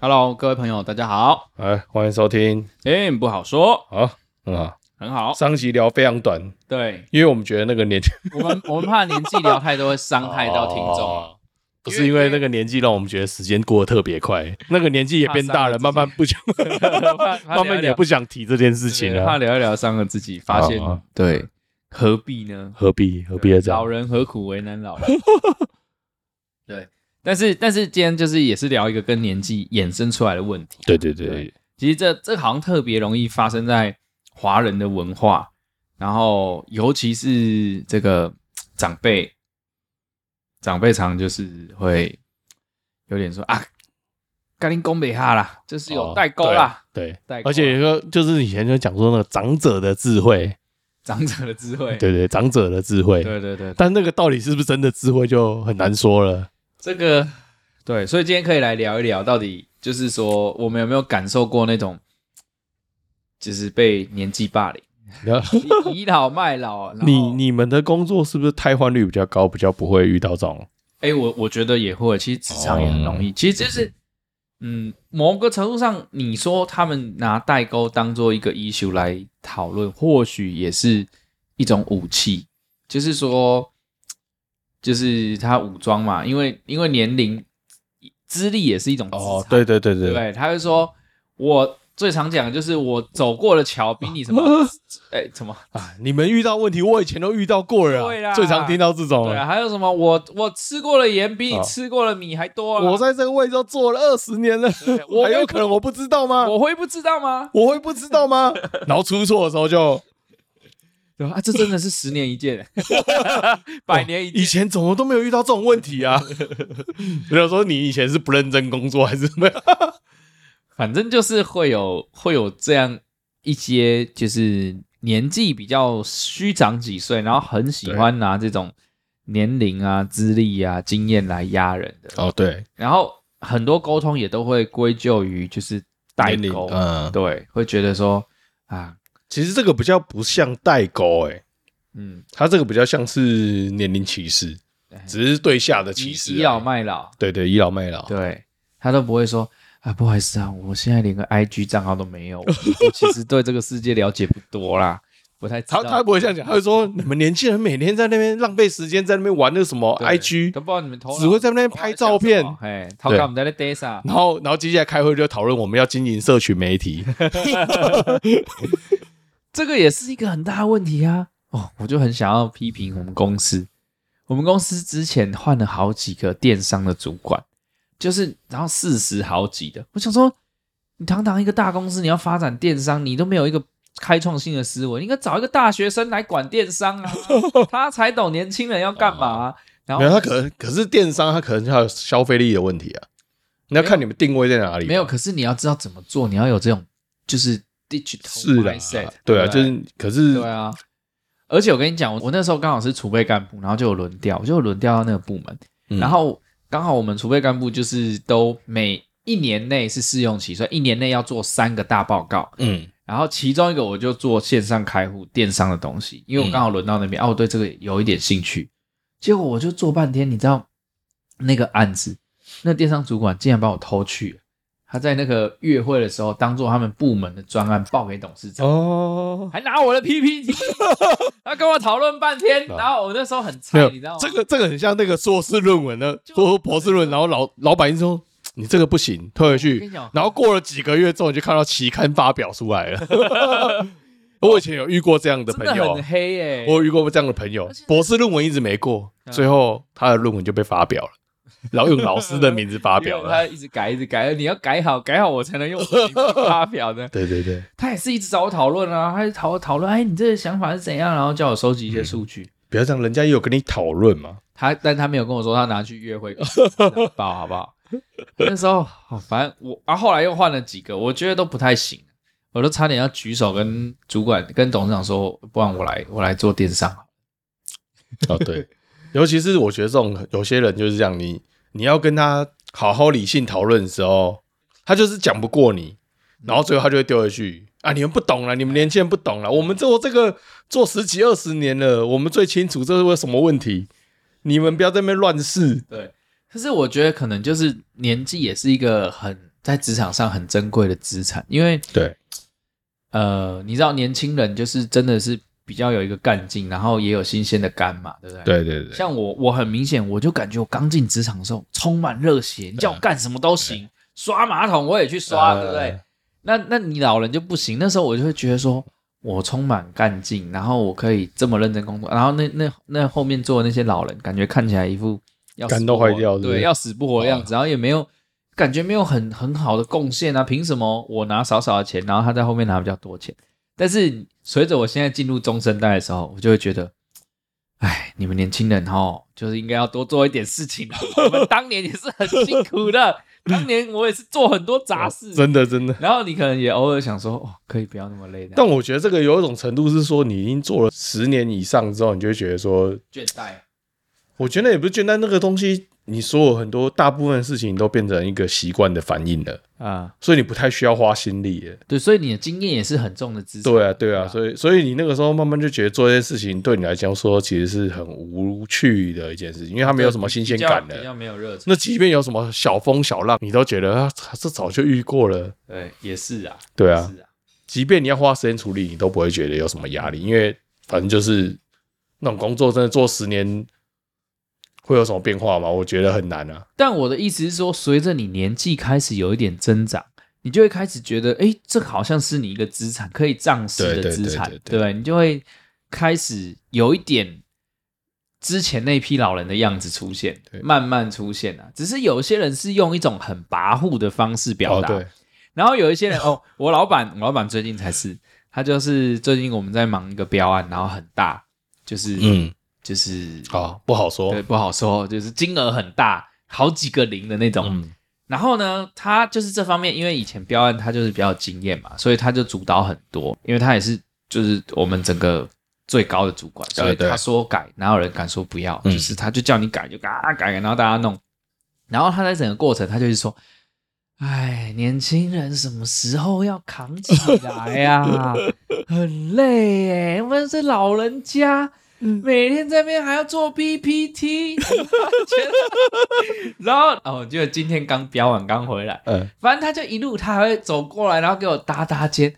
Hello，各位朋友，大家好。哎，欢迎收听。哎、不好说，好，很好。很好。上集聊非常短，对因为我们觉得那个年纪我们， 我们怕年纪聊太多会伤害到听众。哦不是因为那个年纪让我们觉得时间过得特别快，那个年纪也变大了，怕伤慢慢不想，啊 怕怕 哦慢慢也不想提这件事事情怕了。聊一聊伤了自己，发现、哦对，何必呢？何必何必要这老样？人何苦为难老人？对，但是但是今天就是也是聊一个跟年纪衍生出来的问题。对对对对，其实这这好像特别容易发生在华人的文化，然后尤其是这个长辈，长辈常就是会有点说啊，甘霖宫北哈啦，就是有代沟啦，哦。对，代对沟啦而且说就是以前就讲说那个长者的智慧，长者的智慧， 对对，长者的智慧。对对对，但那个到底是不是真的智慧就很难 说了。这个对，所以今天可以来聊一聊，到底就是说我们有没有感受过那种，就是被年纪霸 凌，你要倚老卖老，然后你你们的工作是不是汰换率比较高，比较不会遇到这种？哎、我我觉得也会，其实职场也很容易，哦其实就是，嗯，某个程度上，你说他们拿代沟当做一个 issue 来讨论，或许也是一种武器，就是说，就是他武装嘛，因为因为年龄、资历也是一种资产，哦，对对对对对不对？他会说，我最常讲的就是我走过的桥比你什 么，哎、什么啊！你们遇到问题，我以前都遇到过了啊，对啦最常听到这种对啊，了。还有什么我我吃过的盐比你哦吃过的米还多、啊，我在这个位置都坐了二十年了，我我有可能我不知道吗？我会不知道吗？我会不知道 吗？然后出错的时候就对啊，这真的是十年一 见，百年一以见。前怎么都没有遇到这种问题 啊？比如说你以前是不认真工作还是什么？反正就是会有会有这样一些，就是年纪比较虚长几岁，然后很喜欢拿这种年龄啊、资历啊、经验来压人的。哦，对，然后很多沟通也都会归咎于就是代沟，嗯，对，会觉得说啊，其实这个比较不像代沟，哎，嗯，他这个比较像是年龄歧视，只是对下的歧视而已。啊倚老卖老，对对，倚老卖老。对他都不会说啊，不好意思啊，我现在连个 IG 账号都没 有，我我其实对这个世界了解不多啦，不太知他道。他不会这样讲，他 会说你们年轻人每天在那边浪费时间，在那边玩那个什么对 IG，都不知道你们头脑只会在那边拍照片头脑在想什么哎，他看我们在那啊 d a 啥？然后然后接下来开会就讨论我们要经营社群媒体。这个也是一个很大的问题啊。哦，我就很想要批评我们公司，我们公司之前换了好几个电商的主管，就是然后四十好几的，我想说，你堂堂一个大公司，你要发展电商，你都没有一个开创性的思维，你应该找一个大学生来管电商 啊，他才懂年轻人要干嘛啊、然没有，后他可能可是电商，他可能他有消费力的问题啊。你要看你们定位在哪里。没有，可是你要知道怎么做，你要有这种就是 digital 是啦 mindset，，对啊，不就是可是对啊，而且我跟你讲，我我那时候刚好是储备干部，然后就有轮调，我就有轮调到那个部门，嗯然后刚好我们储备干部就是都每一年内是试用期，所以一年内要做三个大报告，嗯，然后其中一个我就做线上开户电商的东西，因为我刚好轮到那边、啊，嗯我对这个有一点兴趣，结果我就做半天，你知道那个案子，那电商主管竟然把我偷去了。他在那个月会的时候，当做他们部门的专案报给董事长。哦，还拿我的 PPT，他跟我讨论半天，然后我那时候很啊没菜，有哎你知道吗？这个这个很像那个硕士论文的，或博士论文，然后老老板一直说你这个不行，退回我跟去你讲。然后过了几个月之后，你就看到期刊发表出来 了。我以前有遇过这样的朋真的友啊很，哎黑耶、我有遇过这样的朋友而且，博士论文一直没过，最后他的论文就被发表了，然后用老师的名字发表嗯 因为了。。他一直改，一直改，你要改好，改好我才能用我的名字发表的 对对对，他也是一直找我讨论啊，他就讨讨论，哎，你这个想法是怎样？然后叫我收集一些数据。不要这样，人家也有跟你讨论嘛。他，但他没有跟我说他拿去约 会报，好不好？那时候，哦反正我，啊，后来又换了几个，我觉得都不太行，我都差点要举手跟主管、跟董事长说，不然我来，我来做电商。 哦，对，尤其是我觉得这种有些人就是这样，你你要跟他好好理性讨论的时候，他就是讲不过你，然后最后他就会丢回去啊，你们不懂了，你们年轻人不懂了，我们做这个做十几二十年了，我们最清楚这是为什么问题，你们不要在那边乱试。对，可是我觉得可能就是年纪也是一个很在职场上很珍贵的资产，因为对，呃，你知道年轻人就是真的是比较有一个干劲，然后也有新鲜的肝嘛，对不对？。对对对，像我，我很明显，我就感觉我刚进职场的时候充满热血，你叫我干什么都行，刷马桶我也去刷，呃对不对？那那你老人就不行，那时候我就会觉得说我充满干劲，然后我可以这么认真工作，然后那那那后面坐的那些老人，感觉看起来一副要死肝都不活坏掉是不是哦对，要死不活的样子，然后也没有感觉没有很很好的贡献啊，凭什么我拿少少的钱，然后他在后面拿比较多钱？但是随着我现在进入中生代的时候，我就会觉得，哎，你们年轻人哦，就是应该要多做一点事情啊。 我们当年也是很辛苦的，当年我也是做很多杂事，哦真的真的。然后你可能也偶尔想说，哦，可以不要那么累的，但我觉得这个有一种程度是说，你已经做了十年以上之后，你就会觉得说，倦怠。我觉得也不是倦怠，那个东西，你所有很多大部分事情都变成一个习惯的反应了，啊，所以你不太需要花心力了。对，所以你的经验也是很重的资产。对啊，对啊，所以所以你那个时候慢慢就觉得做这些事情对你来讲说其实是很无趣的一件事情，因为它以没有什么新鲜感比的。嗯较没有热忱。那即便有什么小风小浪，你都觉得啊，这早就遇过了。对，也是啊，对啊，是啊，即便你要花时间处理，你都不会觉得有什么压力，因为反正就是那种工作，真的做十年会有什么变化吗？我觉得很难啊。但我的意思是说，随着你年纪开始有一点增长，你就会开始觉得，哎，这好像是你一个资产，可以仗势对的对资产，对对对不对？你就会开始有一点之前那批老人的样子出现对，慢慢出现啊。只是有些人是用一种很跋扈的方式表哦，达，对，然后有一些人哦，我老板，我老板最近才是，他就是最近我们在忙一个标案，然后很大，就是嗯，就是好，不好说对，。不好说，就是金额很大，好几个零的那种。嗯，然后呢，他就是这方面，因为以前标案他就是比较有经验嘛，所以他就主导很多，因为他也是就是我们整个最高的主管，所以对他说改，哪有人敢说不要？嗯就是他就叫你改就改啊改，然后大家弄，然后他在整个过程他就是说。哎，年轻人什么时候要扛起来呀、 很累耶，我们是老人家，嗯每天这边还要做 PPT，觉得然后哦，我记得今天刚标完刚回来，嗯，反正他就一路他还会走过来，然后给我搭搭肩。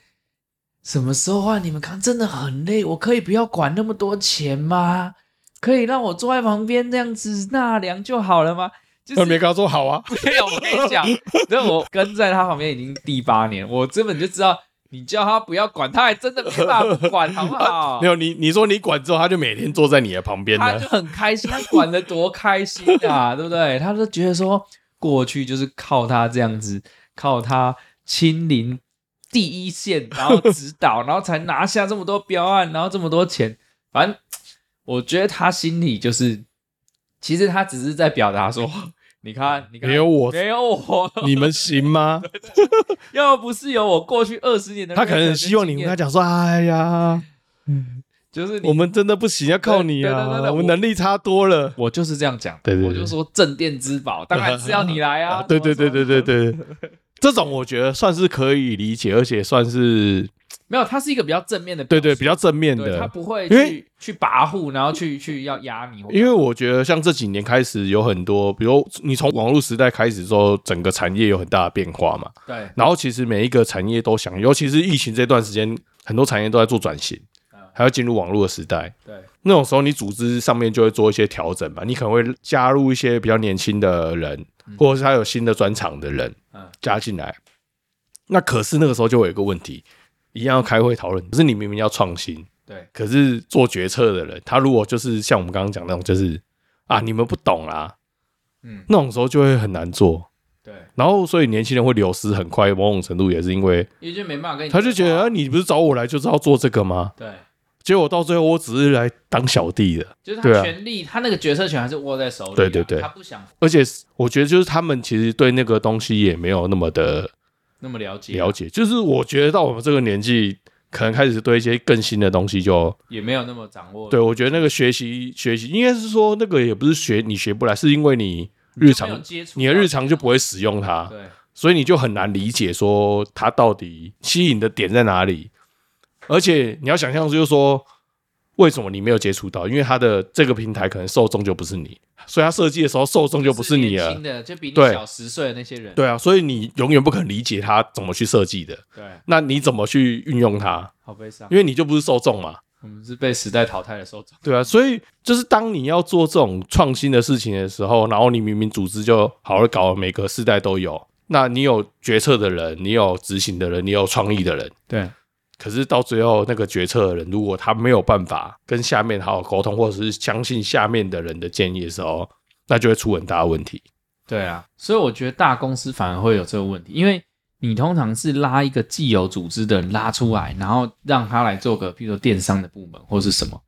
什么时候啊换你们扛？真的很累，我可以不要管那么多钱吗？可以让我坐在旁边这样子纳凉就好了吗？就那是没跟他说好啊。没有，我跟你讲， 那我跟在他旁边已经第八年，我根本就知道，你叫他不要管，他还真的没办法不管，好不好没？有你，你说你管之后，他就每天坐在你的旁边他就呢。很开心，他管得多开心啊，对不对？他就觉得说，过去就是靠他这样子，靠他亲临第一线，然后指导，然后才拿下这么多标案，然后这么多钱。反正我觉得他心里就是，其实他只是在表达说，你看，你看，没有我，没有我，你们行吗？要不是有我过去二十年的，他可能希望你跟他，讲说：“哎呀，就是你我们真的不行，要靠你对对对对啊，我我们能力差多了。我就是这样讲的，对对对我就说镇店之宝，当然是要你来啊啊，！ 对对对对对对，这种我觉得算是可以理解，而且算是没有，他是一个比较正面的表对述，对比较正面对，他的。不会因为去去跋扈，然后去去要压你，因为我觉得像这几年开始有很多，比如你从网络时代开始之后，整个产业有很大的变化嘛。对然后其实每一个产业都想，尤其是疫情这段时间，很多产业都在做转型嗯，还要进入网络的时代。对那种时候，你组织上面就会做一些调整嘛，你可能会加入一些比较年轻的人，或者是他有新的专场的人嗯加进来。那可是那个时候就有一个问题，一样要开会讨论，可是你明明要创新，对可是做决策的人，他如果就是像我们刚刚讲那种，就是啊你们不懂啦，嗯那种时候就会很难做。对，然后，所以年轻人会流失很快，某种程度也是因为因为就没办法跟哎你，他就觉得、啊、你不是找我来就是要做这个吗？对，结果到最后我只是来当小弟的，就是对他啊权力，他那个决策权还是握在手里啊，对对对他不想而且我觉得就是他们其实对那个东西也没有那么的那么了解，了解，就是我觉得到我们这个年纪，可能开始对一些更新的东西就也没有那么掌握，对，我觉得那个学习学习应该是说那个也不是学你学不来，是因为你日就没有常接触到，你的日常就不会使用它，对所以你就很难理解说它到底吸引的点在哪里。而且你要想象，就是说为什么你没有接触到？因为他的这个平台可能受众就不是你，所以他设计的时候受众就不是你年了轻。的，就比你对小十岁的那些人，对啊，所以你永远不肯理解他怎么去设计的，对，那你怎么去运用它？好悲伤因，为你就不是受众嘛。我们是被时代淘汰的受众。对啊，所以就是当你要做这种创新的事情的时候，然后你明明组织就好好搞，每个世代都有，那你有决策的人，你有执行的人，你有创意的人，对，可是到最后那个决策的人，如果他没有办法跟下面好好沟通，或者是相信下面的人的建议的时候，那就会出很大的问题。对啊，所以我觉得大公司反而会有这个问题，因为你通常是拉一个既有组织的人拉出来，然后让他来做个，比如说电商的部门或是什么，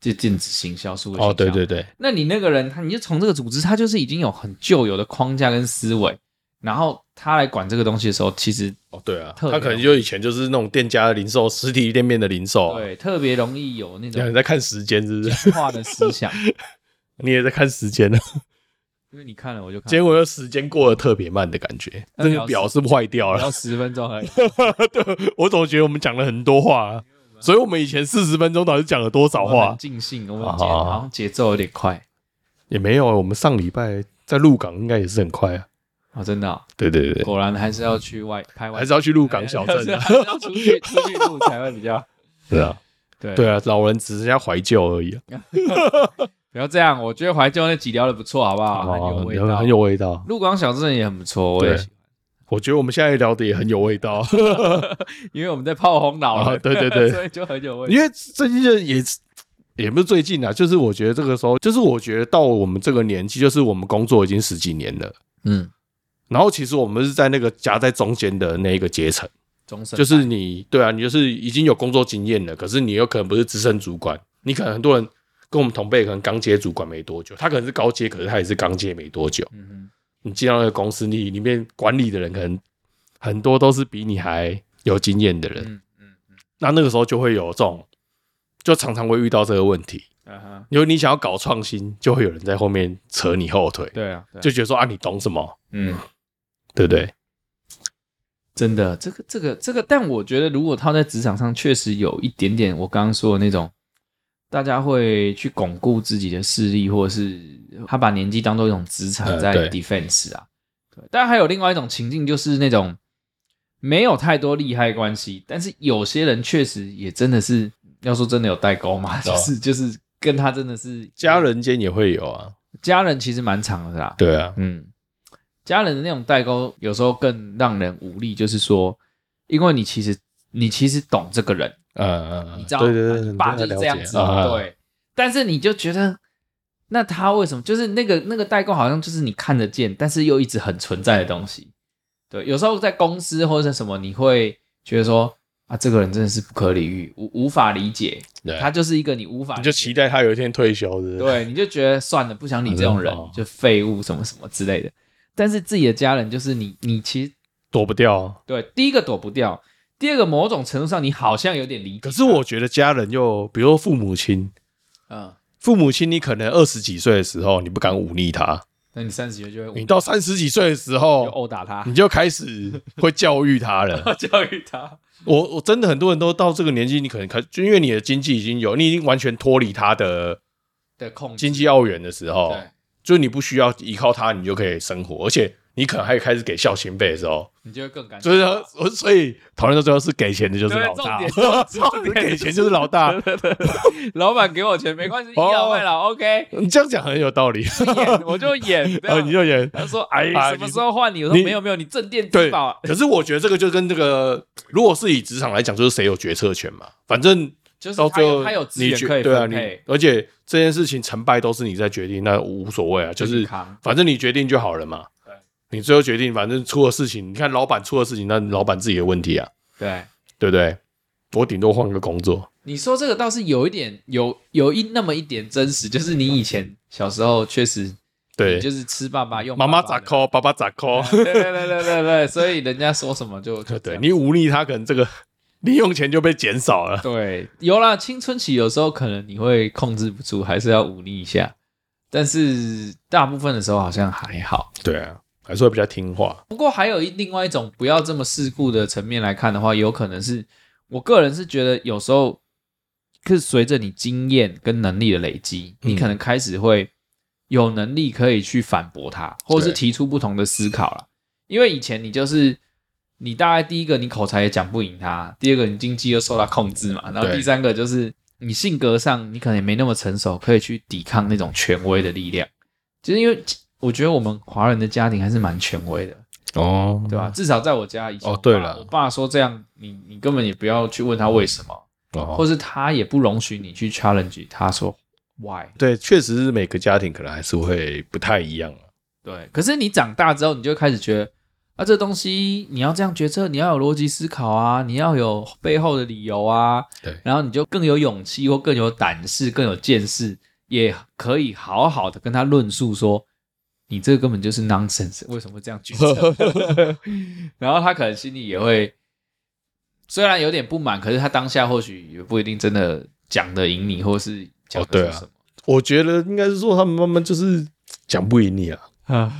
就电子行销、数位行销哦，对对对，那你那个人，他你就从这个组织，他就是已经有很旧有的框架跟思维，然后他来管这个东西的时候，其实哦对啊，特别他可能就以前就是那种店家的零售，实体店面的零售、啊。对特别容易有那 你种在看时间是 不是？僵化的思想，你也在看时间呢，因为你看了我就看 结了，果又时间过得特别慢的感觉，那那表个示表是坏掉不了要。十分钟 而已。对，我总觉得我们讲了很多话、啊，所以我们以前四十分钟到底讲了多少我们很话？尽兴，我们节好好好好像节奏有点快也没有，啊我们上礼拜在鹿港应该也是很快啊。哦，真的哦、对对对，果然还是要去外拍外还是要去鹿港小镇啊。还哎是 要出去出去录才会比 较对啊，对对啊，老人只剩下怀旧而已、啊。不要这样，我觉得怀旧那集聊的不错，好不好？啊很有哦味道，很有味道。鹿港小镇也很不错，我也对喜我觉得我们现在聊的也很有味道，欢，因为我们在炮轰脑了啊，对对对 所以就很有味道。 因为最近就也是也不是最近啊，就是我觉得这个时候，就是我觉得到我们这个年纪，就是我们工作已经十几年了，嗯，然后其实我们是在那个夹在中间的那一个阶层。终身就是你对啊，你就是已经有工作经验了，可是你有可能不是资深主管，你可能很多人跟我们同辈，可能刚接主管没多久，他可能是高阶，可是他也是刚接没多久。嗯你进到那个公司，你里面管理的人可能很多都是比你还有经验的哼人，嗯嗯那那个时候就会有这种，就常常会遇到这个问题，啊哈，因为你想要搞创新，就会有人在后面扯你后腿，对啊，对啊就觉得说啊，你懂什么，嗯，对不对？真的，这个这个这个，但我觉得如果套在职场上，确实有一点点我刚刚说的那种，大家会去巩固自己的势力，或者是他把年纪当做一种资产嗯在对 defense 啊。对，但还有另外一种情境，就是那种没有太多利害关系，但是有些人确实也真的是要说真的有代沟嘛，哦就是就是跟他真的是家人间也会有啊，家人其实蛮长的啦。对啊，嗯，家人的那种代沟有时候更让人无力，就是说，因为你其实你其实懂这个人，嗯嗯嗯，你知道，啊对对对，你爸就对是了这解样子，啊啊对。但是你就觉得，那他为什么就是那个那个代沟，好像就是你看得见，但是又一直很存在的东西。对，有时候在公司或者是什么，你会觉得说啊，这个人真的是不可理喻，无无法理解，对他就是一个你无法你理就解期待他有一天退休的。对，你就觉得算了，不想理这种人反正哦，就废物什么什么之类的。但是自己的家人，就是你，你其实躲不掉。啊对第一个躲不掉，第二个某种程度上你好像有点理解。可是我觉得家人又，比如说父母亲，嗯，父母亲你可能二十几岁的时候你不敢忤逆他，那你三十岁就会你到三十几岁的时就候，殴打他，你就开始会教育他了。 教育他。我我真的很多人都到这个年纪，你可能开，就因为你的经济已经有，你已经完全脱离他的的控制，经济澳元的时候，对，就你不需要依靠他，你就可以生活，而且你可能还开始给孝心费的时候，你就会更感觉就是我所以讨论到最后是给钱的就是对老大， 重点给钱就是老大， 老板给我钱没关系，倚啊 哦老卖老，OK，你这样讲很有道理。就 演我就演。这啊，你样就演他说：“哎，啊什么你时候换你？”我说：“你没有没有，你镇店之对宝。”可是我觉得这个就跟这个，如果是以职场来讲，就是谁有决策权嘛。反正就是到他最有后他有资你源决可以对啊，分你配，而且这件事情成败都是你在决定，那无所谓啊，就自己是扛反正你决定就好了嘛对。你最后决定，反正出了事情，你看老板出了事情，那老板自己的问题啊，对。对不对？我顶多换个工作，你说这个倒是有一点，有有一那么一点真实，就是你以前小时候确实对，就是吃爸爸用妈妈咋咋抠，抠，爸爸咋抠，对对对对对对，所以人家说什么就就这对样你忤逆他，可能这个零用钱就被减少了。对有啦，青春期有时候可能你会控制不住，还是要忤逆一下，但是大部分的时候好像还好。对啊，还是会比较听话。不过还有一另外一种不要这么世故的层面来看的话，有可能是我个人是觉得有时候可是随着你经验跟能力的累积，嗯你可能开始会有能力可以去反驳他，或者是对提出不同的思考了。因为以前你就是你大概第一个你口才也讲不赢他，第二个你经济又受他控制嘛，然后嗯对第三个就是你性格上你可能也没那么成熟，可以去抵抗那种权威的力量。就是因为我觉得我们华人的家庭还是蛮权威的，哦，对吧、？至少在我家以前，哦我爸对了我爸说这样，你你根本也不要去问他为什么。哦，或是他也不容许你去 challenge 他说 why 对，确实是每个家庭可能还是会不太一样啊对，可是你长大之后，你就开始觉得啊，这东西你要这样决策，你要有逻辑思考啊，你要有背后的理由啊，对然后你就更有勇气或更有胆识、更有见识，也可以好好的跟他论述说。你这个根本就是 nonsense，为什么这样决 策？然后他可能心里也会，虽然有点不满，可是他当下或许也不一定真的讲得赢你，或是讲哦对得啊出什么。我觉得应该是说他们慢慢就是讲不赢你啊，啊，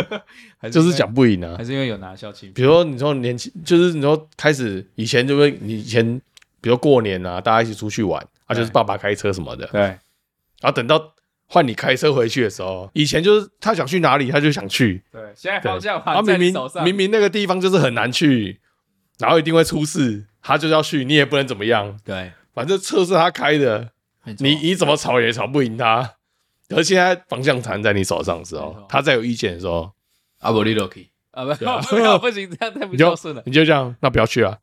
就是讲不赢啊还。是因为有拿校庆比如说，你说年轻，就是你说开始以前就会，你以前比如过年啊，大家一起出去玩，啊，就是对爸爸开车什么的，对，然后等到换你开车回去的时候，以前就是他想去哪里他就想去， 对，现在对方向他盘在明你明手上，明明那个地方就是很难去，然后一定会出事，他就是要去，你也不能怎么样，对，反正车是他开的，没错你你怎么吵也吵不赢他。而现在方向盘在你手上的时没候错，他再有意见的时候，啊不，你 l u c 啊不， 啊不要不行，这样太不你孝就顺了。你就这样，那不要去啊。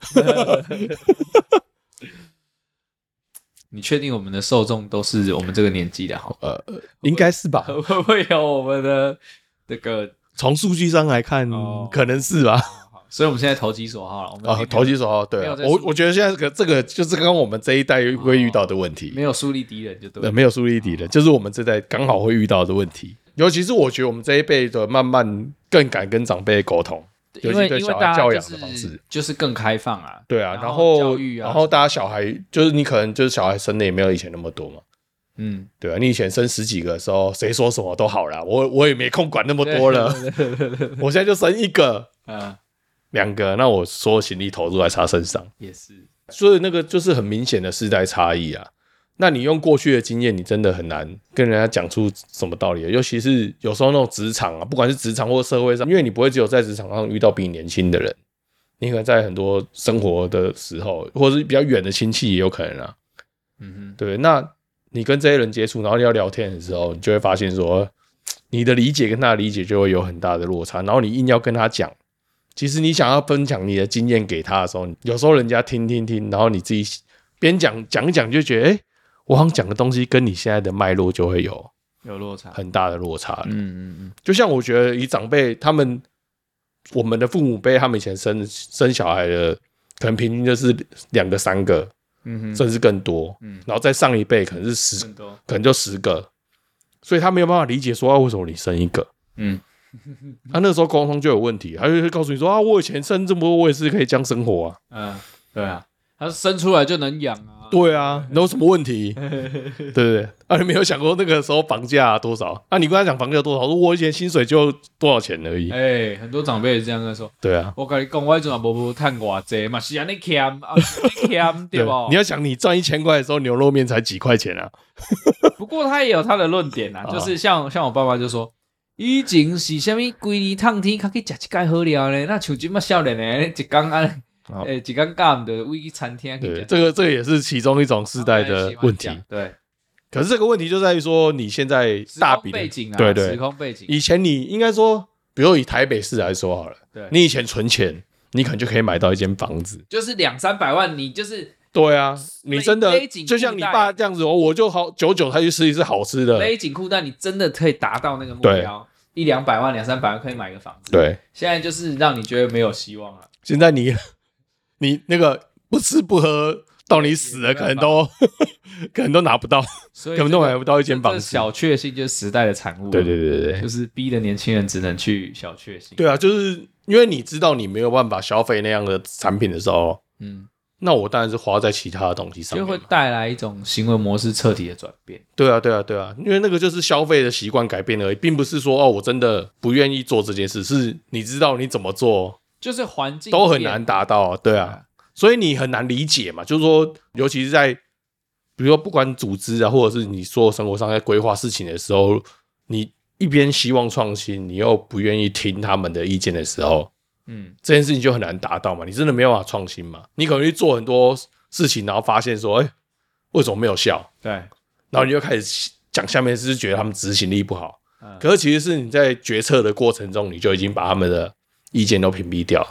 你确定我们的受众都是我们这个年纪的哈？呃，应该是吧？会不会有 我们的 这个？从数据上来看，哦可能是吧。所以我们现在投其所好了，我们啊，投其其所好，对没有啊在我数我觉得现在这个这个就是刚刚我们这一代会遇到的问题，没有树立敌人就对呃，了。没有树立敌人，就是我们这代刚好会遇到的问题。尤其是我觉得我们这一辈的慢慢更敢跟长辈沟通，因尤为其对因为小大孩家教就养的方式是。就是更开放啊，对啊，然然后教后育啊然后大家小孩就是你可能就是小孩生的也没有以前那么多嘛，嗯，对啊，你以前生十几个的时候，谁说什么都好啦，我我也没空管那么多了， 对，对对对对对我现在就生一个嗯，两个，那我所有心力投入在他身上。也是，所以那个就是很明显的世代差异啊。那你用过去的经验，你真的很难跟人家讲出什么道理，啊尤其是有时候那种职场啊，不管是职场或社会上，因为你不会只有在职场上遇到比你年轻的人，你可能在很多生活的时候，或者是比较远的亲戚也有可能啊。嗯哼，对，那你跟这些人接触，然后要聊天的时候，你就会发现说，你的理解跟他的理解就会有很大的落差。然后你硬要跟他讲，其实你想要分享你的经验给他的时候，有时候人家听听听，然后你自己边讲讲一讲，就觉得，哎、我好像讲的东西跟你现在的脉络就会有有落差，很大的落差了。嗯嗯嗯，就像我觉得以长辈他们，我们的父母辈他们以前生生小孩的，可能平均就是两个三个，嗯哼，甚至更多。嗯然后再上一辈可能是十更多，可能就十个，所以他没有办法理解说啊，为什么你生一个？嗯，他、那时候沟通就有问题，他就会告诉你说啊，我以前生这么多，我也是可以这样生活啊。嗯，对啊，他生出来就能养啊。对啊，你有什么 问题？对不对？啊，你没有想过那个时候房价、多少？啊，你跟他讲房价多少，我说我以前薪水就多少钱而已。哎、很多长辈也是这样跟说，对啊，我跟你讲，我迄阵也无无趁偌济嘛，是安尼欠啊， 是安尼欠对啊不？你要想你赚一千块的时候，牛肉面才几块钱啊？不过他也有他的论点啊，啊就是像像我爸爸就说，以前是啥物规年烫天，较去食一盖好料呢，那像即嘛少年呢，一工安，好诶、一工干的，位去餐厅去哦对，食。这个这个也是其中一种世代他们的嗯啊也喜欢问题讲。对，可是这个问题就在于说，你现在时大空比例背景啊，对对时，空背景，以前你应该说，比如以台北市来说好了，对，你以前存钱，你可能就可以买到一间房子。就是两三百万，你就是对啊，你真的勒紧裤带就像你爸这样子，哦，我就好久久他去吃一次好吃的。勒紧裤带，你真的可以达到那个目对标，一两百万、两三百万可以买个房子。对，现在就是让你觉得没有希望了。现在你 你那个不吃不喝到你死了，也没可办能法都 可能都拿不到，所以可能都买不到一这间房这子。小确幸就是时代的产物。对对对对对就是逼的年轻人只能去小确幸。，对啊，就是因为你知道你没有办法消费那样的产品的时候，嗯，那我当然是花在其他的东西上就面会嘛。带来一种行为模式彻底的转变。对啊，对啊，对啊，因为那个就是消费的习惯改变而已，并不是说哦，我真的不愿意做这件事，是你知道你怎么做就是环境都很变难达到啊，对啊，所以你很难理解嘛，就是说，尤其是在比如说不管组织啊，或者是你所有生活上在规划事情的时候，你一边希望创新，你又不愿意听他们的意见的时候，嗯，这件事情就很难达到嘛。你真的没有办法创新嘛？你可能去做很多事情，然后发现说，哎、为什么没有效？对，然后你就开始讲下面是觉得他们执行力不好，嗯可是其实是你在决策的过程中，你就已经把他们的意见都屏蔽掉，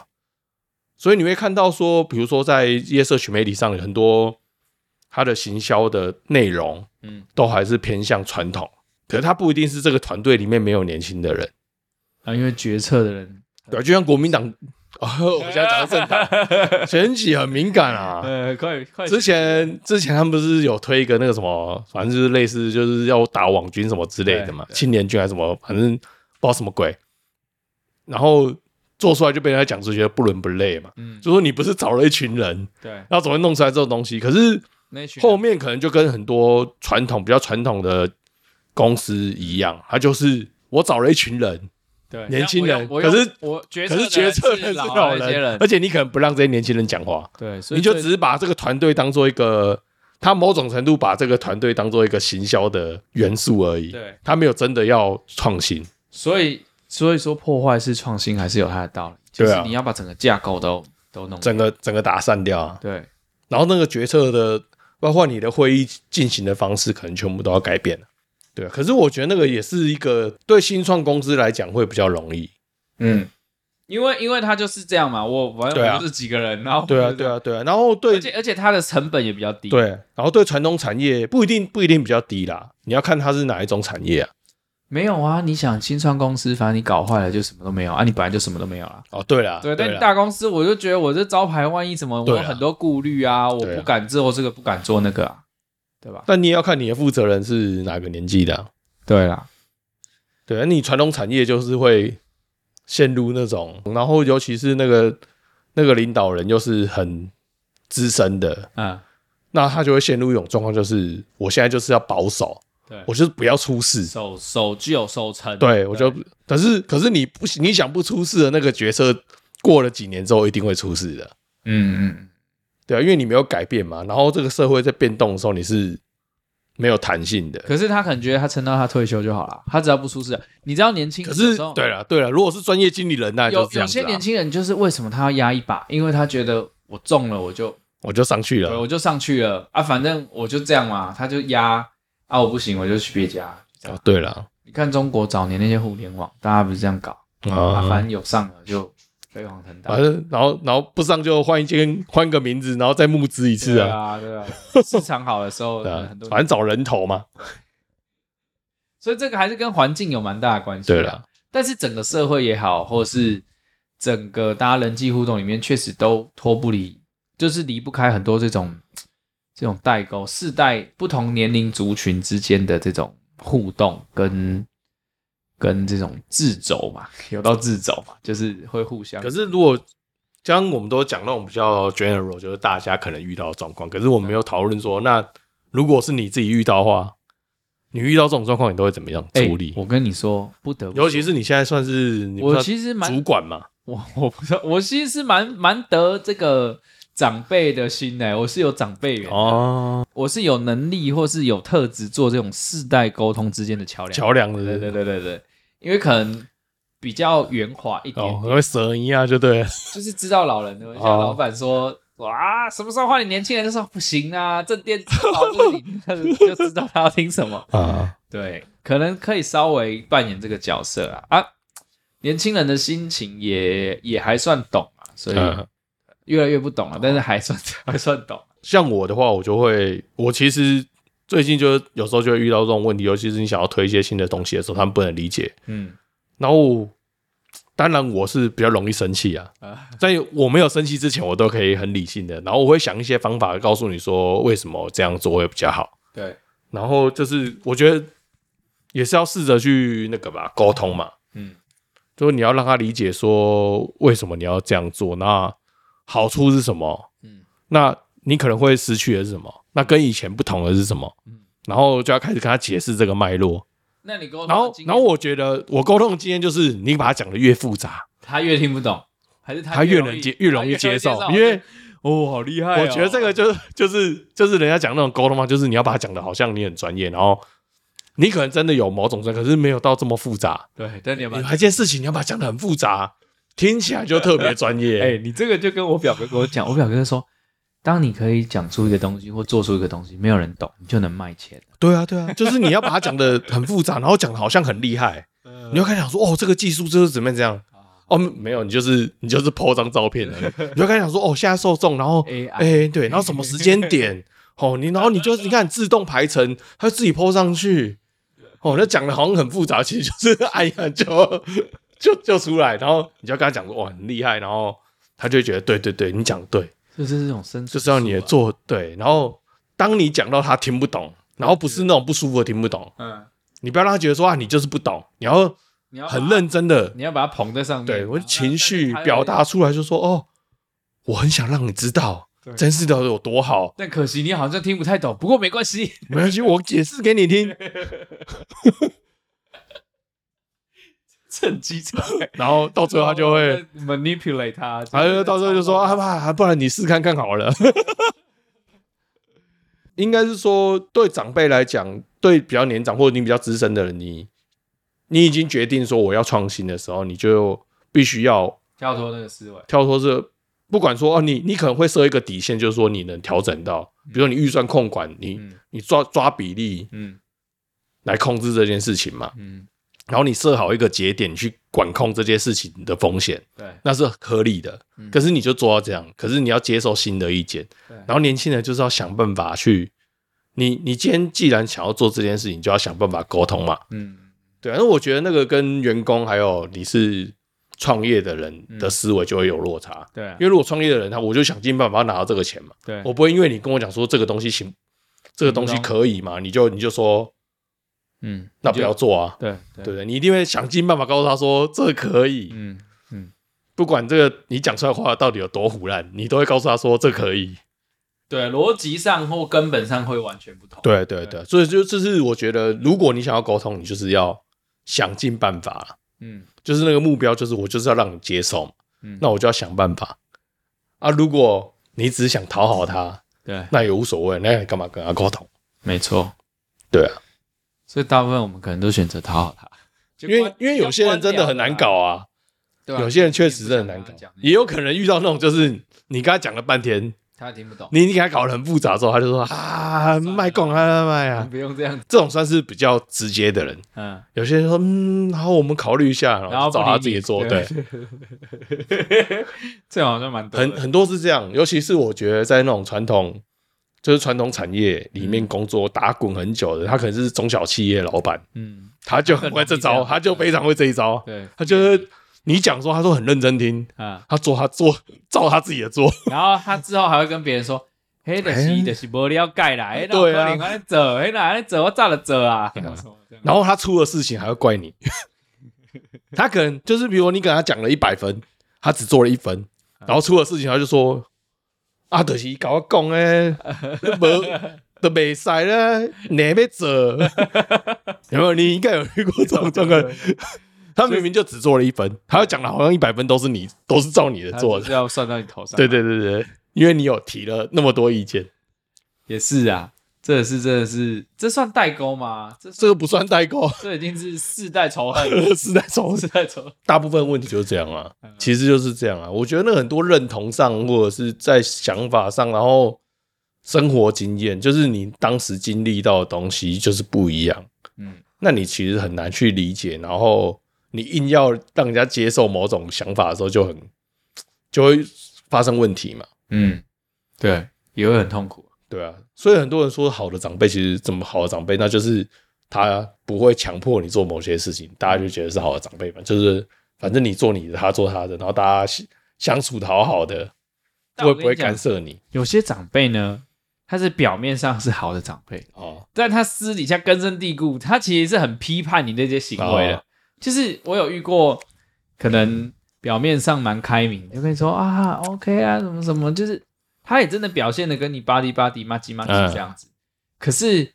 所以你会看到说，比如说在一些社群媒体上，有很多它的行销的内容嗯，都还是偏向传统，可是它不一定是这个团队里面没有年轻的人，啊，因为决策的人，对啊，就像国民党， 哦，我现在讲政党选举很敏感啊， 呃，快快 之前之前他们不是有推一个那个什么，反正就是类似就是要打网军什么之类的嘛，对对青年军还是什么，反正不知道什么鬼。然后做出来就被人家讲出觉得不伦不类嘛，嗯，就说你不是找了一群人，对，然后怎么会弄出来这种东西？可是那群人后面可能就跟很多传统比较传统的公司一样，它就是我找了一群人，对年轻人我用可是我决可是决策人人是老老的那些人，而且你可能不让这些年轻人讲话，对，所以你就最只是把这个团队当做一个，他某种程度把这个团队当做一个行销的元素而已，对，他没有真的要创新。所以所以说破坏式创新还是有它的道理，就对是啊你要把整个架构都都弄整个整个打散掉啊。对，然后那个决策的，包括你的会议进行的方式，可能全部都要改变了。对啊，可是我觉得那个也是一个对新创公司来讲会比较容易。嗯，因为因为它就是这样嘛，我反正对啊我就是几个人，然后对啊，对啊，对啊。然后对而且而且它的成本也比较低，对，啊然后对传统产业不一定不一定比较低啦，你要看它是哪一种产业啊。没有啊，你想新创公司，反正你搞坏了就什么都没有啊，你本来就什么都没有啦。哦，对啦，对，但啦大公司我就觉得我这招牌万一什么，我对有啊很多顾虑啊，我对不啊敢做这个，不敢做那个啊，对吧？但你也要看你的负责人是哪个年纪的啊、对啦，对，你传统产业就是会陷入那种，然后尤其是那个那个领导人又是很资深的，嗯，那他就会陷入一种状况，就是我现在就是要保守，对，啊我就是不要出事。手手就手撑，对，我就可是可是你不你想不出事的那个角色，过了几年之后一定会出事的，嗯嗯，对啊，因为你没有改变嘛。然后这个社会在变动的时候，你是没有弹性的。可是他可能觉得他撑到他退休就好了，他只要不出事，你知道年轻可有是时候对了对了，如果是专业经理人，那就有是这有样子啊些啦年，轻人就是为什么他要压一把，因为他觉得我中了我就我就上去对，了。我就上去了啊，反正我就这样嘛，他就压啊，我不行，我就去别家。这样哦，对了。你看中国早年那些互联网，大家不是这样搞，啊，啊反正有上了就飞黄腾达反。正然后然后不上就换一间换个名字，然后再募资一次对啊，啊，对啊，市场好的时候 对啊很多，反正找人头嘛，所以这个还是跟环境有蛮大的关系。对啦，但是啊整个社会也好，或者是整个大家人际互动里面，确实都脱不离，就是离不开很多这种这种代沟，世代不同年龄族群之间的这种互动跟跟这种自轴嘛，有到自轴嘛，就是会互相可。是如果像我们都讲那种比较 general，就是大家可能遇到的状况，可是我们没有讨论说，那如果是你自己遇到的话，你遇到这种状况，你都会怎么样哎处理？我跟你说，不得不说，尤其是你现在算是你不我算其实蛮主管嘛，我我不知道，我其实是蛮蛮得这个长辈的心哎、我是有长辈缘，哦，我是有能力或是有特质做这种世代沟通之间的桥梁。桥梁的对人对对对对，因为可能比较圆滑一点，哦，会蛇一样就对了，就是知道老人的，像哦老板说。哇，什么时候换你年轻人？就说不行啊，正电子报就是你，他就知道他要听什 么。啊，对，可能可以稍微扮演这个角色啊啊，年轻人的心情也也还算懂啊，所以嗯越来越不懂了，啊但是还算 还算懂。啊像我的话，我就会，我其实最近就是有时候就会遇到这种问题，尤其是你想要推一些新的东西的时候，他们不能理解。嗯然后，当然我是比较容易生气啊，啊，在我没有生气之前，我都可以很理性的，然后我会想一些方法告诉你说为什么这样做会比较好。对，然后就是我觉得也是要试着去那个吧，沟通嘛，嗯就是你要让他理解说为什么你要这样做，那好处是什么？嗯那你可能会失去的是什么？那跟以前不同的是什么？嗯然后就要开始跟他解释这个脉络。那你跟我然后，然后我觉得我沟通的经验就是，你把它讲的越复杂，他越听不懂，还是他越越容易能接，越容易接受，因为哎哦，好厉害哦、我觉得这个就是就是就是人家讲那种沟通嘛，就是你要把它讲的好像你很专业，然后你可能真的有某种专业，可是没有到这么复杂。对，但你要把有一件事情你要把它讲的很复杂，听起来就特别专业。哎、你这个就跟我表哥跟我讲，我表哥说，当你可以讲出一个东西或做出一个东西，没有人懂，你就能卖钱。对啊，对啊，就是你要把它讲的很复杂，然后讲的好像很厉害，你就开始想说，哦，这个技术就是怎么样这样。哦，没有，你就是你就是 po 张照片而已，你就开始想说，哦，现在受众，然后 AI 哎、对，然后什么时间点，哦，你然后你就你看自动排程，它自己 po 上去，哦，那讲的好像很复杂，其实就是哎呀，就就就出来，然后你就要跟他讲说，哇，很厉害，然后他就会觉得，对对对，你讲得对，就是这种生存术啊，就是要你的做对，然后当你讲到他听不懂，然后不是那种不舒服的听不懂，嗯，你不要让他觉得说啊你就是不懂，你要你要把很，认真的，你要把它捧在上面，对我然后情绪但是它又表达出来，就说哦，我很想让你知道对真是的有多好，但可惜你好像听不太懂，不过没关系， 没关系，我解释给你听，趁机出来，然后到最后他就会， manipulate 他，他就到最后就说啊爸，啊不然你试看看好了。 应该是说，对长辈来讲，对比较年长或者你比较资深的人，你你已经决定说我要创新的时候，你就必须要跳脱那个思维，跳脱这，不管说哦，你你可能会设一个底线，就是说你能调整到，比如说你预算控管，你、嗯你抓抓比例嗯来控制这件事情嘛，嗯，然后你设好一个节点去管控这件事情的风险，对那是合理的嗯。可是你就做到这样，可是你要接受新的意见，对，然后年轻人就是要想办法去，你你今天既然想要做这件事情，就要想办法沟通嘛。嗯对啊，那我觉得那个跟员工还有你是创业的人的思维就会有落差。对啊因为如果创业的人，他我就想尽办法拿到这个钱嘛，对，啊我不会因为你跟我讲说这个东西行，这个东西行不可以嘛，你就你就说嗯，那你不就要做啊，对对对不对？你一定会想尽办法告诉他说这可以，嗯嗯，不管这个你讲出来的话到底有多胡乱，你都会告诉他说这可以。对，逻辑上或根本上会完全不同，对对对对，所以就这是我觉得，如果你想要沟通，你就是要想尽办法，嗯就是那个目标，就是我就是要让你接受，嗯，那我就要想办法啊。如果你只想讨好他，对，那也无所谓，那你干嘛跟他沟通？没错，对啊，所以大部分我们可能都选择讨好他，就因为关因为有些人真的很难，搞啊，对吧有些人确实真的很难搞，啊也有可能遇到那种就是你跟他讲了半天，他听不懂，你你给他搞得很复杂之后，他就说啊卖供啊卖你啊，不用这样子，这种算是比较直接的人。嗯，有些人说，嗯，好，我们考虑一下，然后不找理他你自己做，对对， 这好像蛮多很的很多是这样，尤其是我觉得在那种传统，就是传统产业里面工作打滚很久的，他可能是中小企业老板，嗯，他就很会这他很招，容易这样他就非常会这一招，对他就是你讲说，他说很认真听，啊，他做他做，照他自己的做，然后他之后还会跟别人说。 嘿，就是就是无了解啦，嘿，对哎啊我来走，嘿，哪来走，我咋了走啊？啊什么这样然后他出了事情还会怪你， 他可能就是比如你给他讲了一百分，他只做了一分，然后出了事情他就说啊，就是搞我讲诶，无都没使啦，哪要做？ 有没有？你应该有遇过这种状况？ 他明明就只做了一分，他要讲的好像一百分都是你，都是照你的他做就是的。要算到你头上。对对对对，因为你有提了那么多意见，也是啊，这是真的是，这算代沟吗？这这这个不算代沟， 这已经是世代仇 恨，是在从世代仇恨。大部分问题就是这样啊，其实就是这样啊。我觉得那很多认同上，或者是在想法上，然后生活经验，就是你当时经历到的东西就是不一样，嗯，那你其实很难去理解，然后你硬要让人家接受某种想法的时候，就很就会发生问题嘛。嗯，对，也会很痛苦。对啊，所以很多人说好的长辈其实怎么好的长辈，那就是他不会强迫你做某些事情，大家就觉得是好的长辈嘛，就是反正你做你的，他做他的，然后大家相相处的好好的，但会我不跟你讲会干涉你有些长辈呢，他是表面上是好的长辈，哦， 但他私底下根深蒂固，他其实是很批判你那些行为的。哦就是我有遇过，可能表面上蛮开明，就跟你说啊，OK 啊，什么什么，就是他也真的表现的跟你巴迪巴迪嘛唧嘛唧嗯这样子。可是，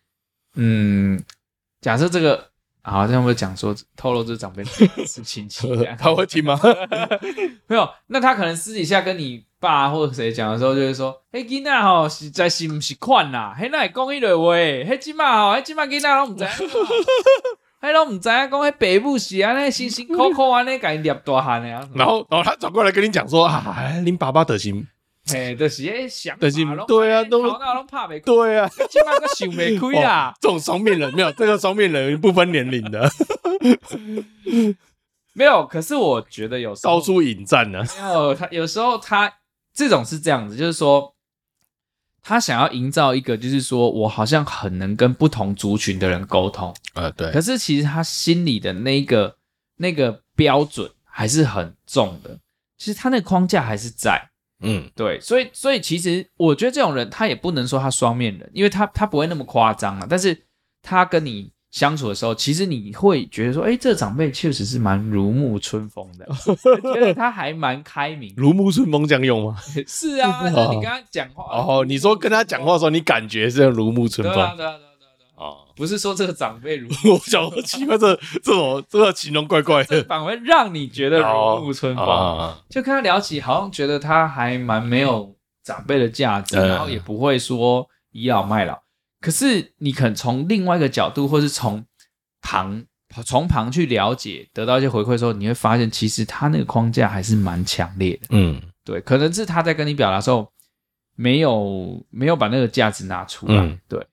嗯，假设这个好像会讲说透露这啊 长辈是亲戚这样，他会听吗？没有，那他可能私底下跟你爸或者谁讲的时候，就会说：“嘿，囡仔吼，实在是不是款啦？嘿，那讲迄类话，嘿，即马吼，嘿，即马囡仔拢毋知道，啊 嘿，拢毋知啊影讲迄爸母是安尼辛辛苦苦安尼甲伊捏大汉的 啊。然后然后他转过来跟你讲说啊，林爸爸的心，嘿，就是迄想法，就是对啊都都头脑拢拍袂开， 对啊，即马都想袂开啊啦哦。这种双面人没有，这个双面人不分年龄 的，没有，可是我觉得有时候到处引战啊呢、没有他，有时候他这种是这样子，就是说他想要营造一个，就是说我好像很能跟不同族群的人沟通，啊。呃，对可，是其实他心里的那个那个标准还是很重的，其实他那个框架还是在。嗯，对，所以所以其实我觉得这种人他也不能说他双面人，因为他他不会那么夸张啊。但是他跟你相处的时候，其实你会觉得说，哎，这长辈确实是蛮如沐春风的，觉得他还蛮开明。如沐春风这样用吗？ 是啊，那你跟他讲话哦，你说跟他讲话的时候，你感觉是如沐春对啊，风对啊，对啊，对啊对啊，哦。不是说这个长辈 如，我想说奇怪，这这种这个形容怪怪这的反而让你觉得如沐春风。哦啊，就跟他聊起，好像觉得他还蛮没有长辈的价值，嗯然后也不会说倚老卖老。可是你可能从另外一个角度，或是从旁从旁去了解，得到一些回馈的时候，你会发现其实他那个框架还是蛮强烈的。嗯对，可能是他在跟你表达的时候，没有没有把那个价值拿出来。嗯对，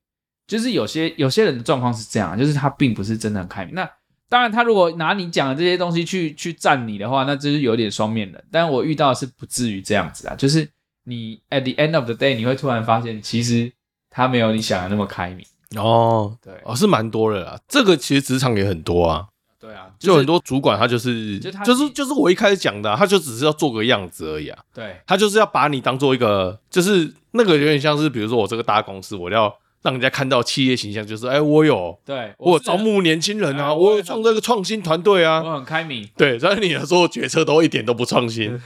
就是有些有些人的状况是这样，就是他并不是真的很开明。那当然，他如果拿你讲的这些东西去去赞你的话，那就是有点双面人。但我遇到的是不至于这样子啊，就是你 at the end of the day，你会突然发现，其实他没有你想的那么开明。哦，对，哦，是蛮多的啦。这个其实职场也很多啊，对啊，就很多多主管他就是就他就是就是我一开始讲的啊、他就只是要做个样子而已啊，对他就是要把你当做一个，就是那个有点像是，比如说我这个大公司，我要让人家看到企业形象，就是哎，我有对，我有是招募年轻人哎啊，我我有创这个创新团队啊。我很开明，对，但是你的所有决策都一点都不 创新，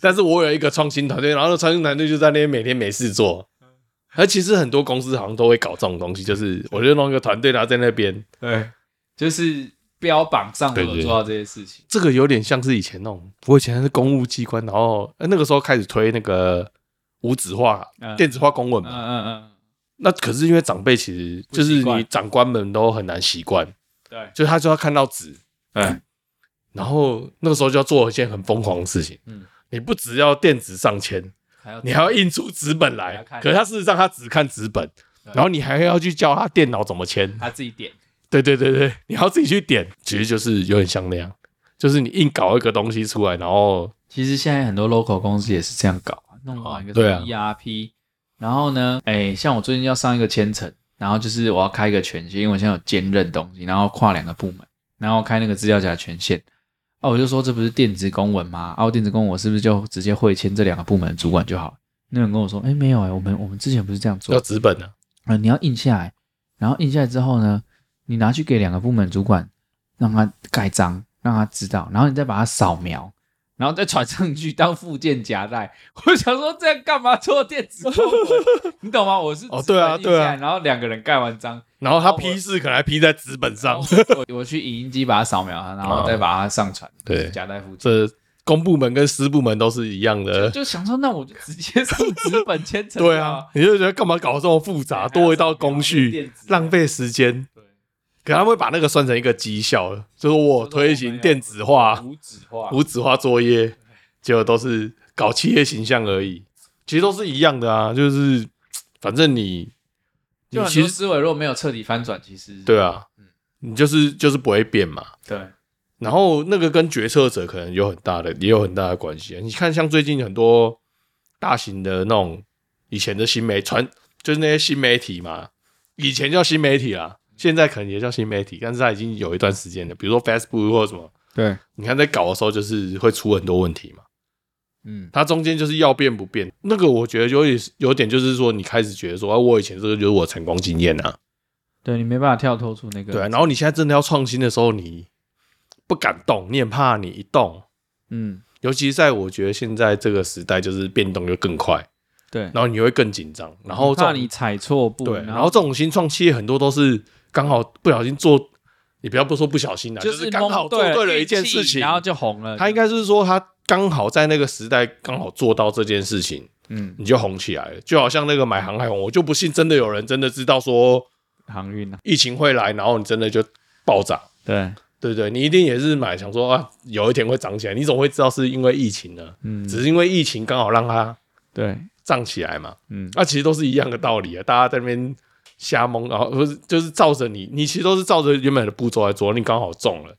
但是我有一个创新团队，然后那创新团队就在那边每天没事做。嗯而其实很多公司好像都会搞这种东西，就是我就弄一个团队，然后在那边对，就是标榜上我对对有对做到这些事情。这个有点像是以前那种，我以前是公务机关，然后、呃那个时候开始推那个无纸化、嗯电子化公文嗯嘛。嗯嗯，那可是因为长辈其实不习就惯是你长官们都很难习惯，对，就是他就要看到纸，哎嗯，然后那个时候就要做一件很疯狂的事情。嗯嗯，你不只要电子上签，还要 你还要印出纸本还来要看。可是他事实上他只看纸本，然后你还要去教他电脑怎么签。他自己点。对对对对，你要自己去点，其实就是有点像那样，就是你硬搞一个东西出来，然后其实现在很多 local 公司也是这样搞啊，弄好一个什对啊么 ERP，、然后呢，哎，像我最近要上一个千层，然后就是我要开一个权限，因为我现在有兼任东西，然后跨两个部门，然后开那个资料夹的权限。啊，我就说这不是电子公文吗？啊，我电子公文我是不是就直接会签这两个部门的主管就好了？那有人跟我说，哎，没有哎、我们我们之前不是这样做要，纸本啊。呃，你要印下来，然后印下来之后呢，你拿去给两个部门主管，让他盖章，让他知道，然后你再把它扫描，然后再传上去当附件夹带。我想说这样干嘛做电子公文你懂吗？我是哦纸本对啊印对啊下来然后两个人盖完章，然后他我批示可能还批在纸本然上后。我我我去影印机把它扫描，然后再把它上传，哦对夹带附件。这公部门跟私部门都是一样的。就想说，那我就直接上纸本签成。 对啊，，你就觉得干嘛搞这么复杂，多一道工序，浪费时间。对，可他们会把那个算成一个绩效，就是我推行电子化、无纸化，无纸化作业，结果都是搞企业形象而已。其实都是一样的啊，就是反正你就你很其多嗯实思维如果没有彻底翻转，其实对啊，你就是就是不会变嘛。对然后那个跟决策者可能有很大的，也有很大的关系啊。你看，像最近很多大型的那种以前的新媒传，就是那些新媒体嘛，以前叫新媒体啦，现在可能也叫新媒体，但是它已经有一段时间了。比如说 Facebook 或者什么，对，你看在搞的时候，就是会出很多问题嘛。嗯，它中间就是要变不变，那个我觉得有点有点就是说，你开始觉得说，啊，我以前这个就是我成功经验啊，对你没办法跳脱出那个对啊。然后你现在真的要创新的时候，你不敢动，你很怕你一动。嗯，尤其在我觉得现在这个时代，就是变动就更快，对，然后你会更紧张，然后这怕种你嗯踩错步，对，然后这种新创企业很多都是刚好不小心做，你不要不说不小心啦，啊就是刚好蒙做对对了一件事情运气，然后就红了。他应该是说他刚好在那个时代刚好做到这件事情，嗯，你就红起来了。就好像那个买航海王，我就不信真的有人真的知道说航运啊，疫情会来，然后你真的就暴涨，对，对不对？你一定也是买想说啊，有一天会涨起来，你总会知道是因为疫情呢，嗯，只是因为疫情刚好让它对，涨起来嘛。嗯，那、其实都是一样的道理啊，大家在那边瞎蒙，然后不是就是照着你，你其实都是照着原本的步骤来做，你刚好中了，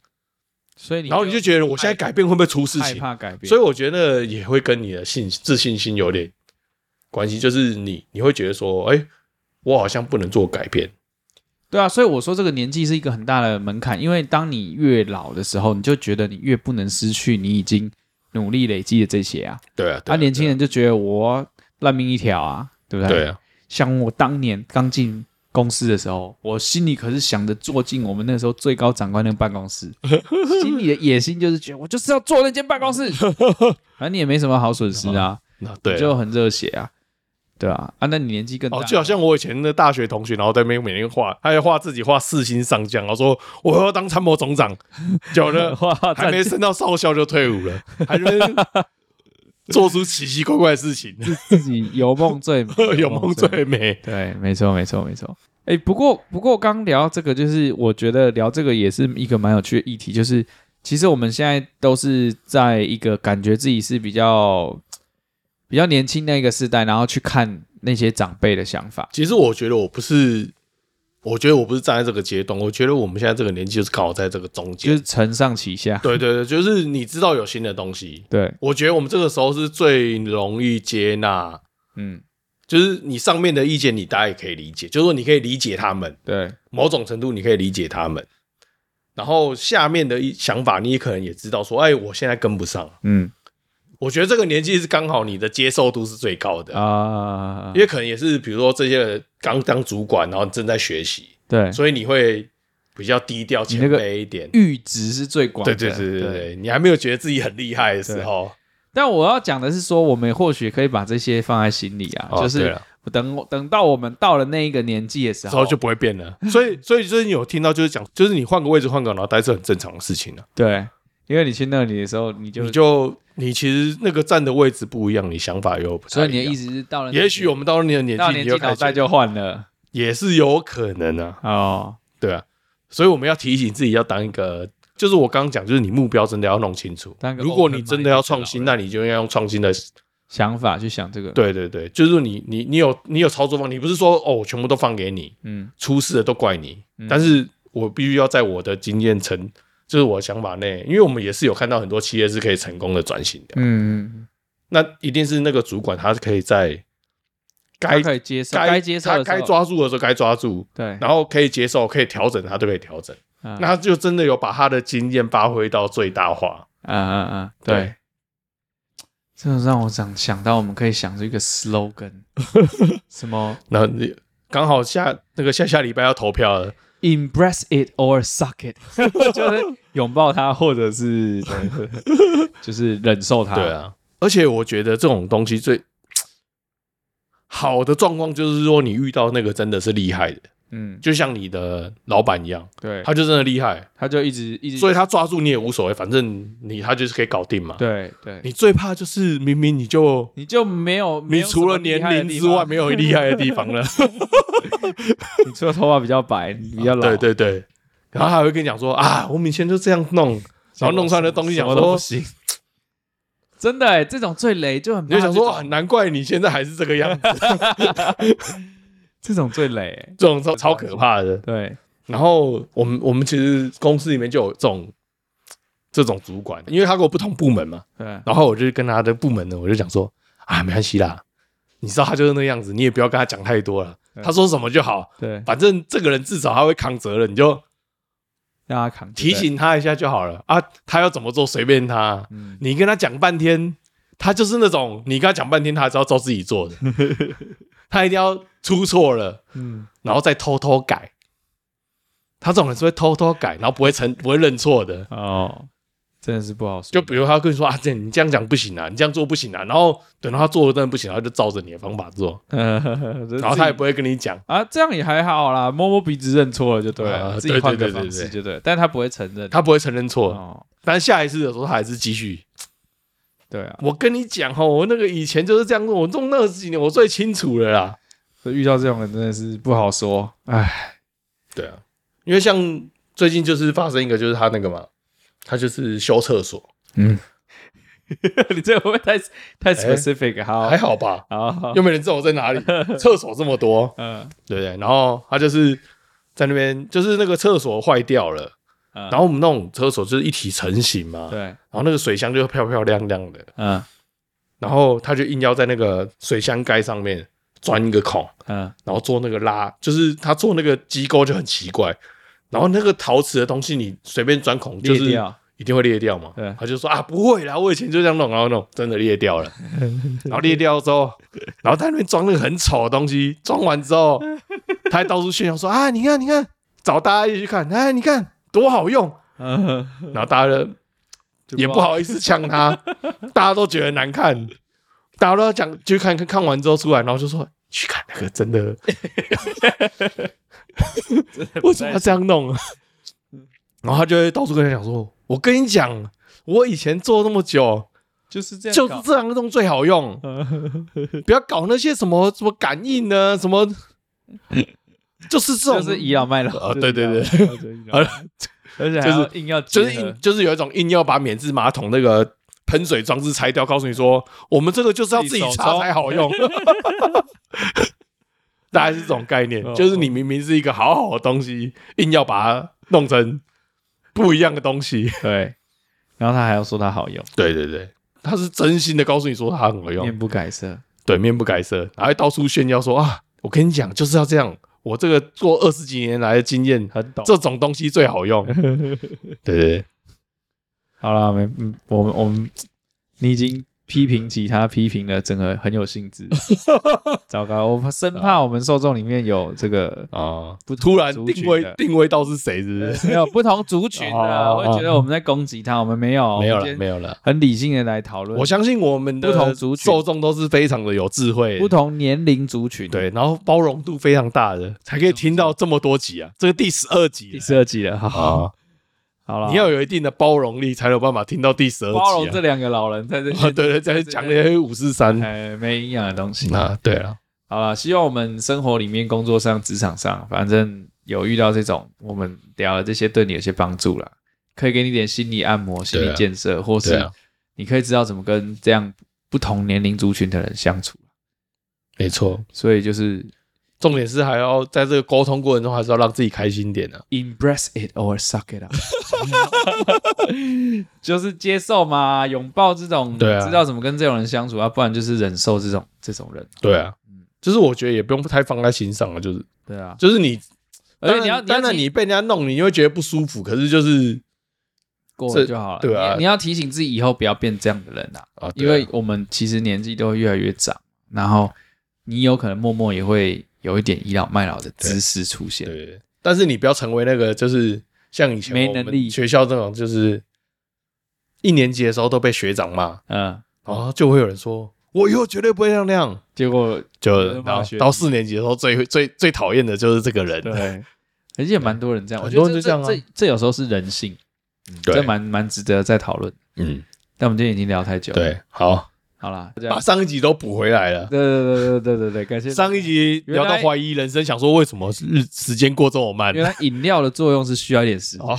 所以你然后你就觉得我现在改变会不会出事害情？怕改变，所以以我觉得也会跟你的信自信心有点关系，就是你你会觉得说，哎、我好像不能做改变，对啊，所以我说这个年纪是一个很大的门槛，因为当你越老的时候，你就觉得你越不能失去你已经努力累积的这些啊，对啊，对啊，啊年轻人就觉得我烂命一条啊，对不对？对啊，像我当年刚进公司的时候，我心里可是想着坐进我们那时候最高长官那个办公室，心里的野心就是觉得我就是要坐那间办公 室，反正你也没什么好损失啊，那对啊就很热血啊，对啊，啊，那你年纪更大，哦，就好像我以前的大学同学，然后在那边每天画，他要画自己画四星上将，然后说我要当参谋总长，结果 呢 哇，还没升到少校就退伍了，还在那 边做出奇奇怪怪的事 情，，自己有梦最美 有梦最美。对，没错，没错，没错。哎，不过不过，刚聊这个，就是我觉得聊这个也是一个蛮有趣的议题，就是其实我们现在都是在一个感觉自己是比较比较年轻那个时代，然后去看那些长辈的想法。其实我觉得我不是，我觉得我不是站在这个阶段，我觉得我们现在这个年纪就是刚好在这个中就是间。承上启下，对对对，就是你知道有新的东西，对，我觉得我们这个时候是最容易接纳，嗯，就是你上面的意见你大家也可以理解，就是说你可以理解他们。对，某种程度你可以理解他们，然后下面的一想法你可能也知道说，哎，我现在跟不上。嗯我觉得这个年纪是刚好你的接受度是最高的，啊因，为可能也是比如说这些人刚当主管，然后正在学习，对，所以你会比较低调你那谦个卑一点。阈值是最广的，对对对对对，对你还没有觉得自己很厉害的时哦候，但我要讲的是说，我们或许可以把这些放在心里啊，哦就对是了等我等到我们到了那一个年纪的时之候，后就不会变了。所以，所以就是你有听到，就是讲，就是你换个位置换个脑袋是很正常的事情啊。对，因为你去那里的时候，你就你就你其实那个站的位置不一样，你想法又不所以太一样。你的意思是到了那个也许我们到那个年到纪，年你纪就开脑始袋就换了也是有可能啊，哦，对啊，所以我们要提醒自己要当一个，就是我刚刚讲，就是你目标真的要弄清楚当一。个如果 open 你真的要创 minded 新，的那你就应该用创新的，想法去想这个，，对对对，就是你你你有你有操作方，你不是说哦，我全部都放给你，嗯出事的都怪你，但是我必须要在我的经验层，就是我的想法内，因为我们也是有看到很多企业是可以成功的转型的，嗯，那一定是那个主管他是可以在该他可以接受，该接受他的时候该抓住的时候该抓住，对，然后可以接受，可以调整，他都可以调整。那那他就真的有把他的经验发挥到最大化。啊啊啊，对，，这个让我想想到我们可以想出一个 slogan，什么那你刚好下那个下下礼拜要投票了， embrace it or suck it，就是拥抱它，或者是对就是忍受它，对，啊。而且我觉得这种东西最好的状况就是说，你遇到那个真的是厉害的，嗯，就像你的老板一样，对，他他就真的厉害，他就一直一直，所以他抓住你也无所谓，反正你他就是可以搞定嘛。对对，你最怕就是明明你就你就没有，没你有除了什么厉年害的龄地之方外没有厉害的地方了。 你除了头发比较白，你比较老，对对对，然后还会跟你讲说啊，我们以前就这样弄，然后弄出来的东西什讲么都说不，行。真的、欸，这种最雷就很你怕就这想种，说啊，难怪你现在还是这个 样子，这种最雷、欸，这种超超可怕的。对，然后我们我们其实公司里面就有这种这种主管，因为他跟我不同部门嘛，对，然后我就跟他的部门呢，我就讲说啊，没关系啦，你知道他就是那个样子，你也不要跟他讲太多了，他说什么就好，对，反正这个人至少他会扛责任，你就让他扛，提醒他一下就好了啊，他要怎么做随便他。嗯，你跟他讲半天，他就是那种你跟他讲半天，他还是要照自己做的，他一定要出错了，嗯，然后再偷偷改。他这种人是会偷偷改，然后不会承不会认错的。哦，真的是不好说，就 比如他跟你说啊，这你这样讲不行啊，你这样做不行啊，然后等到他做的真的不行，他就照着你的方法做，呃，然然后他也不会跟你讲。啊，这样也还好啦，摸摸鼻子认错了就对了，啊自己对换对个对对方式对就对了，但他不会承认，他不会承认错，哦，但下一次的时候他还是继续。对啊，我跟你讲哦，我那个以前就是这样，我弄那几年我最清楚了啦。所以遇到这种人真的是不好说，哎唉，对啊，因为像最近就是发生一个，就是他那个嘛，他就是修厕所，嗯， 你这个会不会太太 specific？、好，哎还好吧？好，好，又没人知道我在哪 里，厕所这么多，嗯，对不对？然后他就是在那边，就是那个厕所坏掉了，然然后我们那种厕所就是一体成型嘛，嗯然对，后那个水箱就漂漂亮亮的，啊嗯然后他就硬要在那个水箱盖上面钻一个孔，嗯，然后做那个拉，就是他做那个机构就很奇怪。然后那个陶瓷的东西，你随便钻孔就 裂是掉， 一定会裂掉嘛。对他就说啊，不会啦，我以前就这样弄，然后弄，真的裂掉了。然后裂掉之后，然后在那边装那个很丑的东西，装完之后，他还到处炫耀说啊，你看，你看，找大家一起去看，哎，你看多好用。嗯，然后大家就就也不，好意思呛他，大家都觉得难看，大家都要讲去看看，看完之后出来，然后就说去看那个真的， 为什么要这样弄？然后他就会到处跟人讲说：“我跟你讲，我以前做那么久，就是这样就搞，嗯是这样弄最好用， 不要搞那些什么什么感应呢，什 么，就是这种，就是倚老卖老啊对对对对 而且还要硬要就是结合 硬就是有一种硬要把免治马桶那个喷水装置拆掉，告诉你说我们这个就是要自己擦才好用， 大概是这种概念哦，就是你明明是一个好好的东西，硬要把它弄成不一样的东西。对，然后他还要说他好用，对对对，他是真心的告诉你说它很好用面，不改色，对面不改色，然后还到处炫耀说啊，我跟你讲就是要这样，我这个做二十几年来的经验， 很懂。这种东西最好 用。对对对。好啦，没，嗯我们我们，你已经批评其他批评了，整个很有兴 致。糟糕，我生怕我们受众里面有这个啊、不同突然族定群位的定位到是谁，是不 是？没有不同族群的，哦会觉得我们在攻击他，我们没有，没有了，了，没有了。很理性的来讨论我相信我们的不同族群受众都是非常的有智慧，不同年龄族群。，对，然后包容度非常大的，才可以听到这么多集啊。这个第十二集第十二集了，好，啊，好了，你要有一定的包容力，才有办法听到第十二集、啊。包容这两个老人在这啊，些 对对，在讲那些五四三哎没营养的东西。啊，对了，好了，希望我们生活里面、工作上、职场上，反正有遇到这种，我们聊了这些，对你有些帮助啦，可以给你点心理按摩、心对理啊建设，或对是啊，你可以知道怎么跟这样不同年龄族群的人相处。没错。所以就是重点是还要在这个沟通过程中，还是要让自己开心点的、啊。 embrace it or suck it up，就是接受嘛，拥抱这种，对啊知道怎么跟这种人相处啊，不然就是忍受这种这种人。对啊，就是我觉得也不用太放在心上了，就是对啊，就是你，而且当然你要当要然提你被人家弄，你会觉得不舒服，可是就是过这了就好了，对啊你你要提醒自己以后不要变这样的人啊。啊，对因啊为我们其实年纪都会越来越长，然后你有可能默默也会有一点倚老卖老的姿势出现。对，但是你不要成为那个就是像以前没我能们力学校这种，就是一年级的时候都被学长骂，嗯，然后就会有人说，我以后绝对不会让那样。结果就就骂然后学弟到四年级的时候最，最最讨厌的就是这个人。对， 而且蛮多人这样，我很觉多得人就这样啊这这有时候是人性，这蛮蛮值得再讨论。嗯，但我们今天已经聊太久了，，对，好，好啦，这把样，上一集都补回来了。 对对对对对对对，感谢上一。集聊到原来怀疑人生，想说为什么日时间过这么慢 原。来饮料的作用是需要一点时 间，哦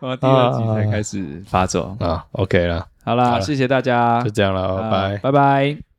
然后第二集才开始发作。啊，OK 了，好好啦，了谢谢大家就，这样了，啊拜拜。拜拜。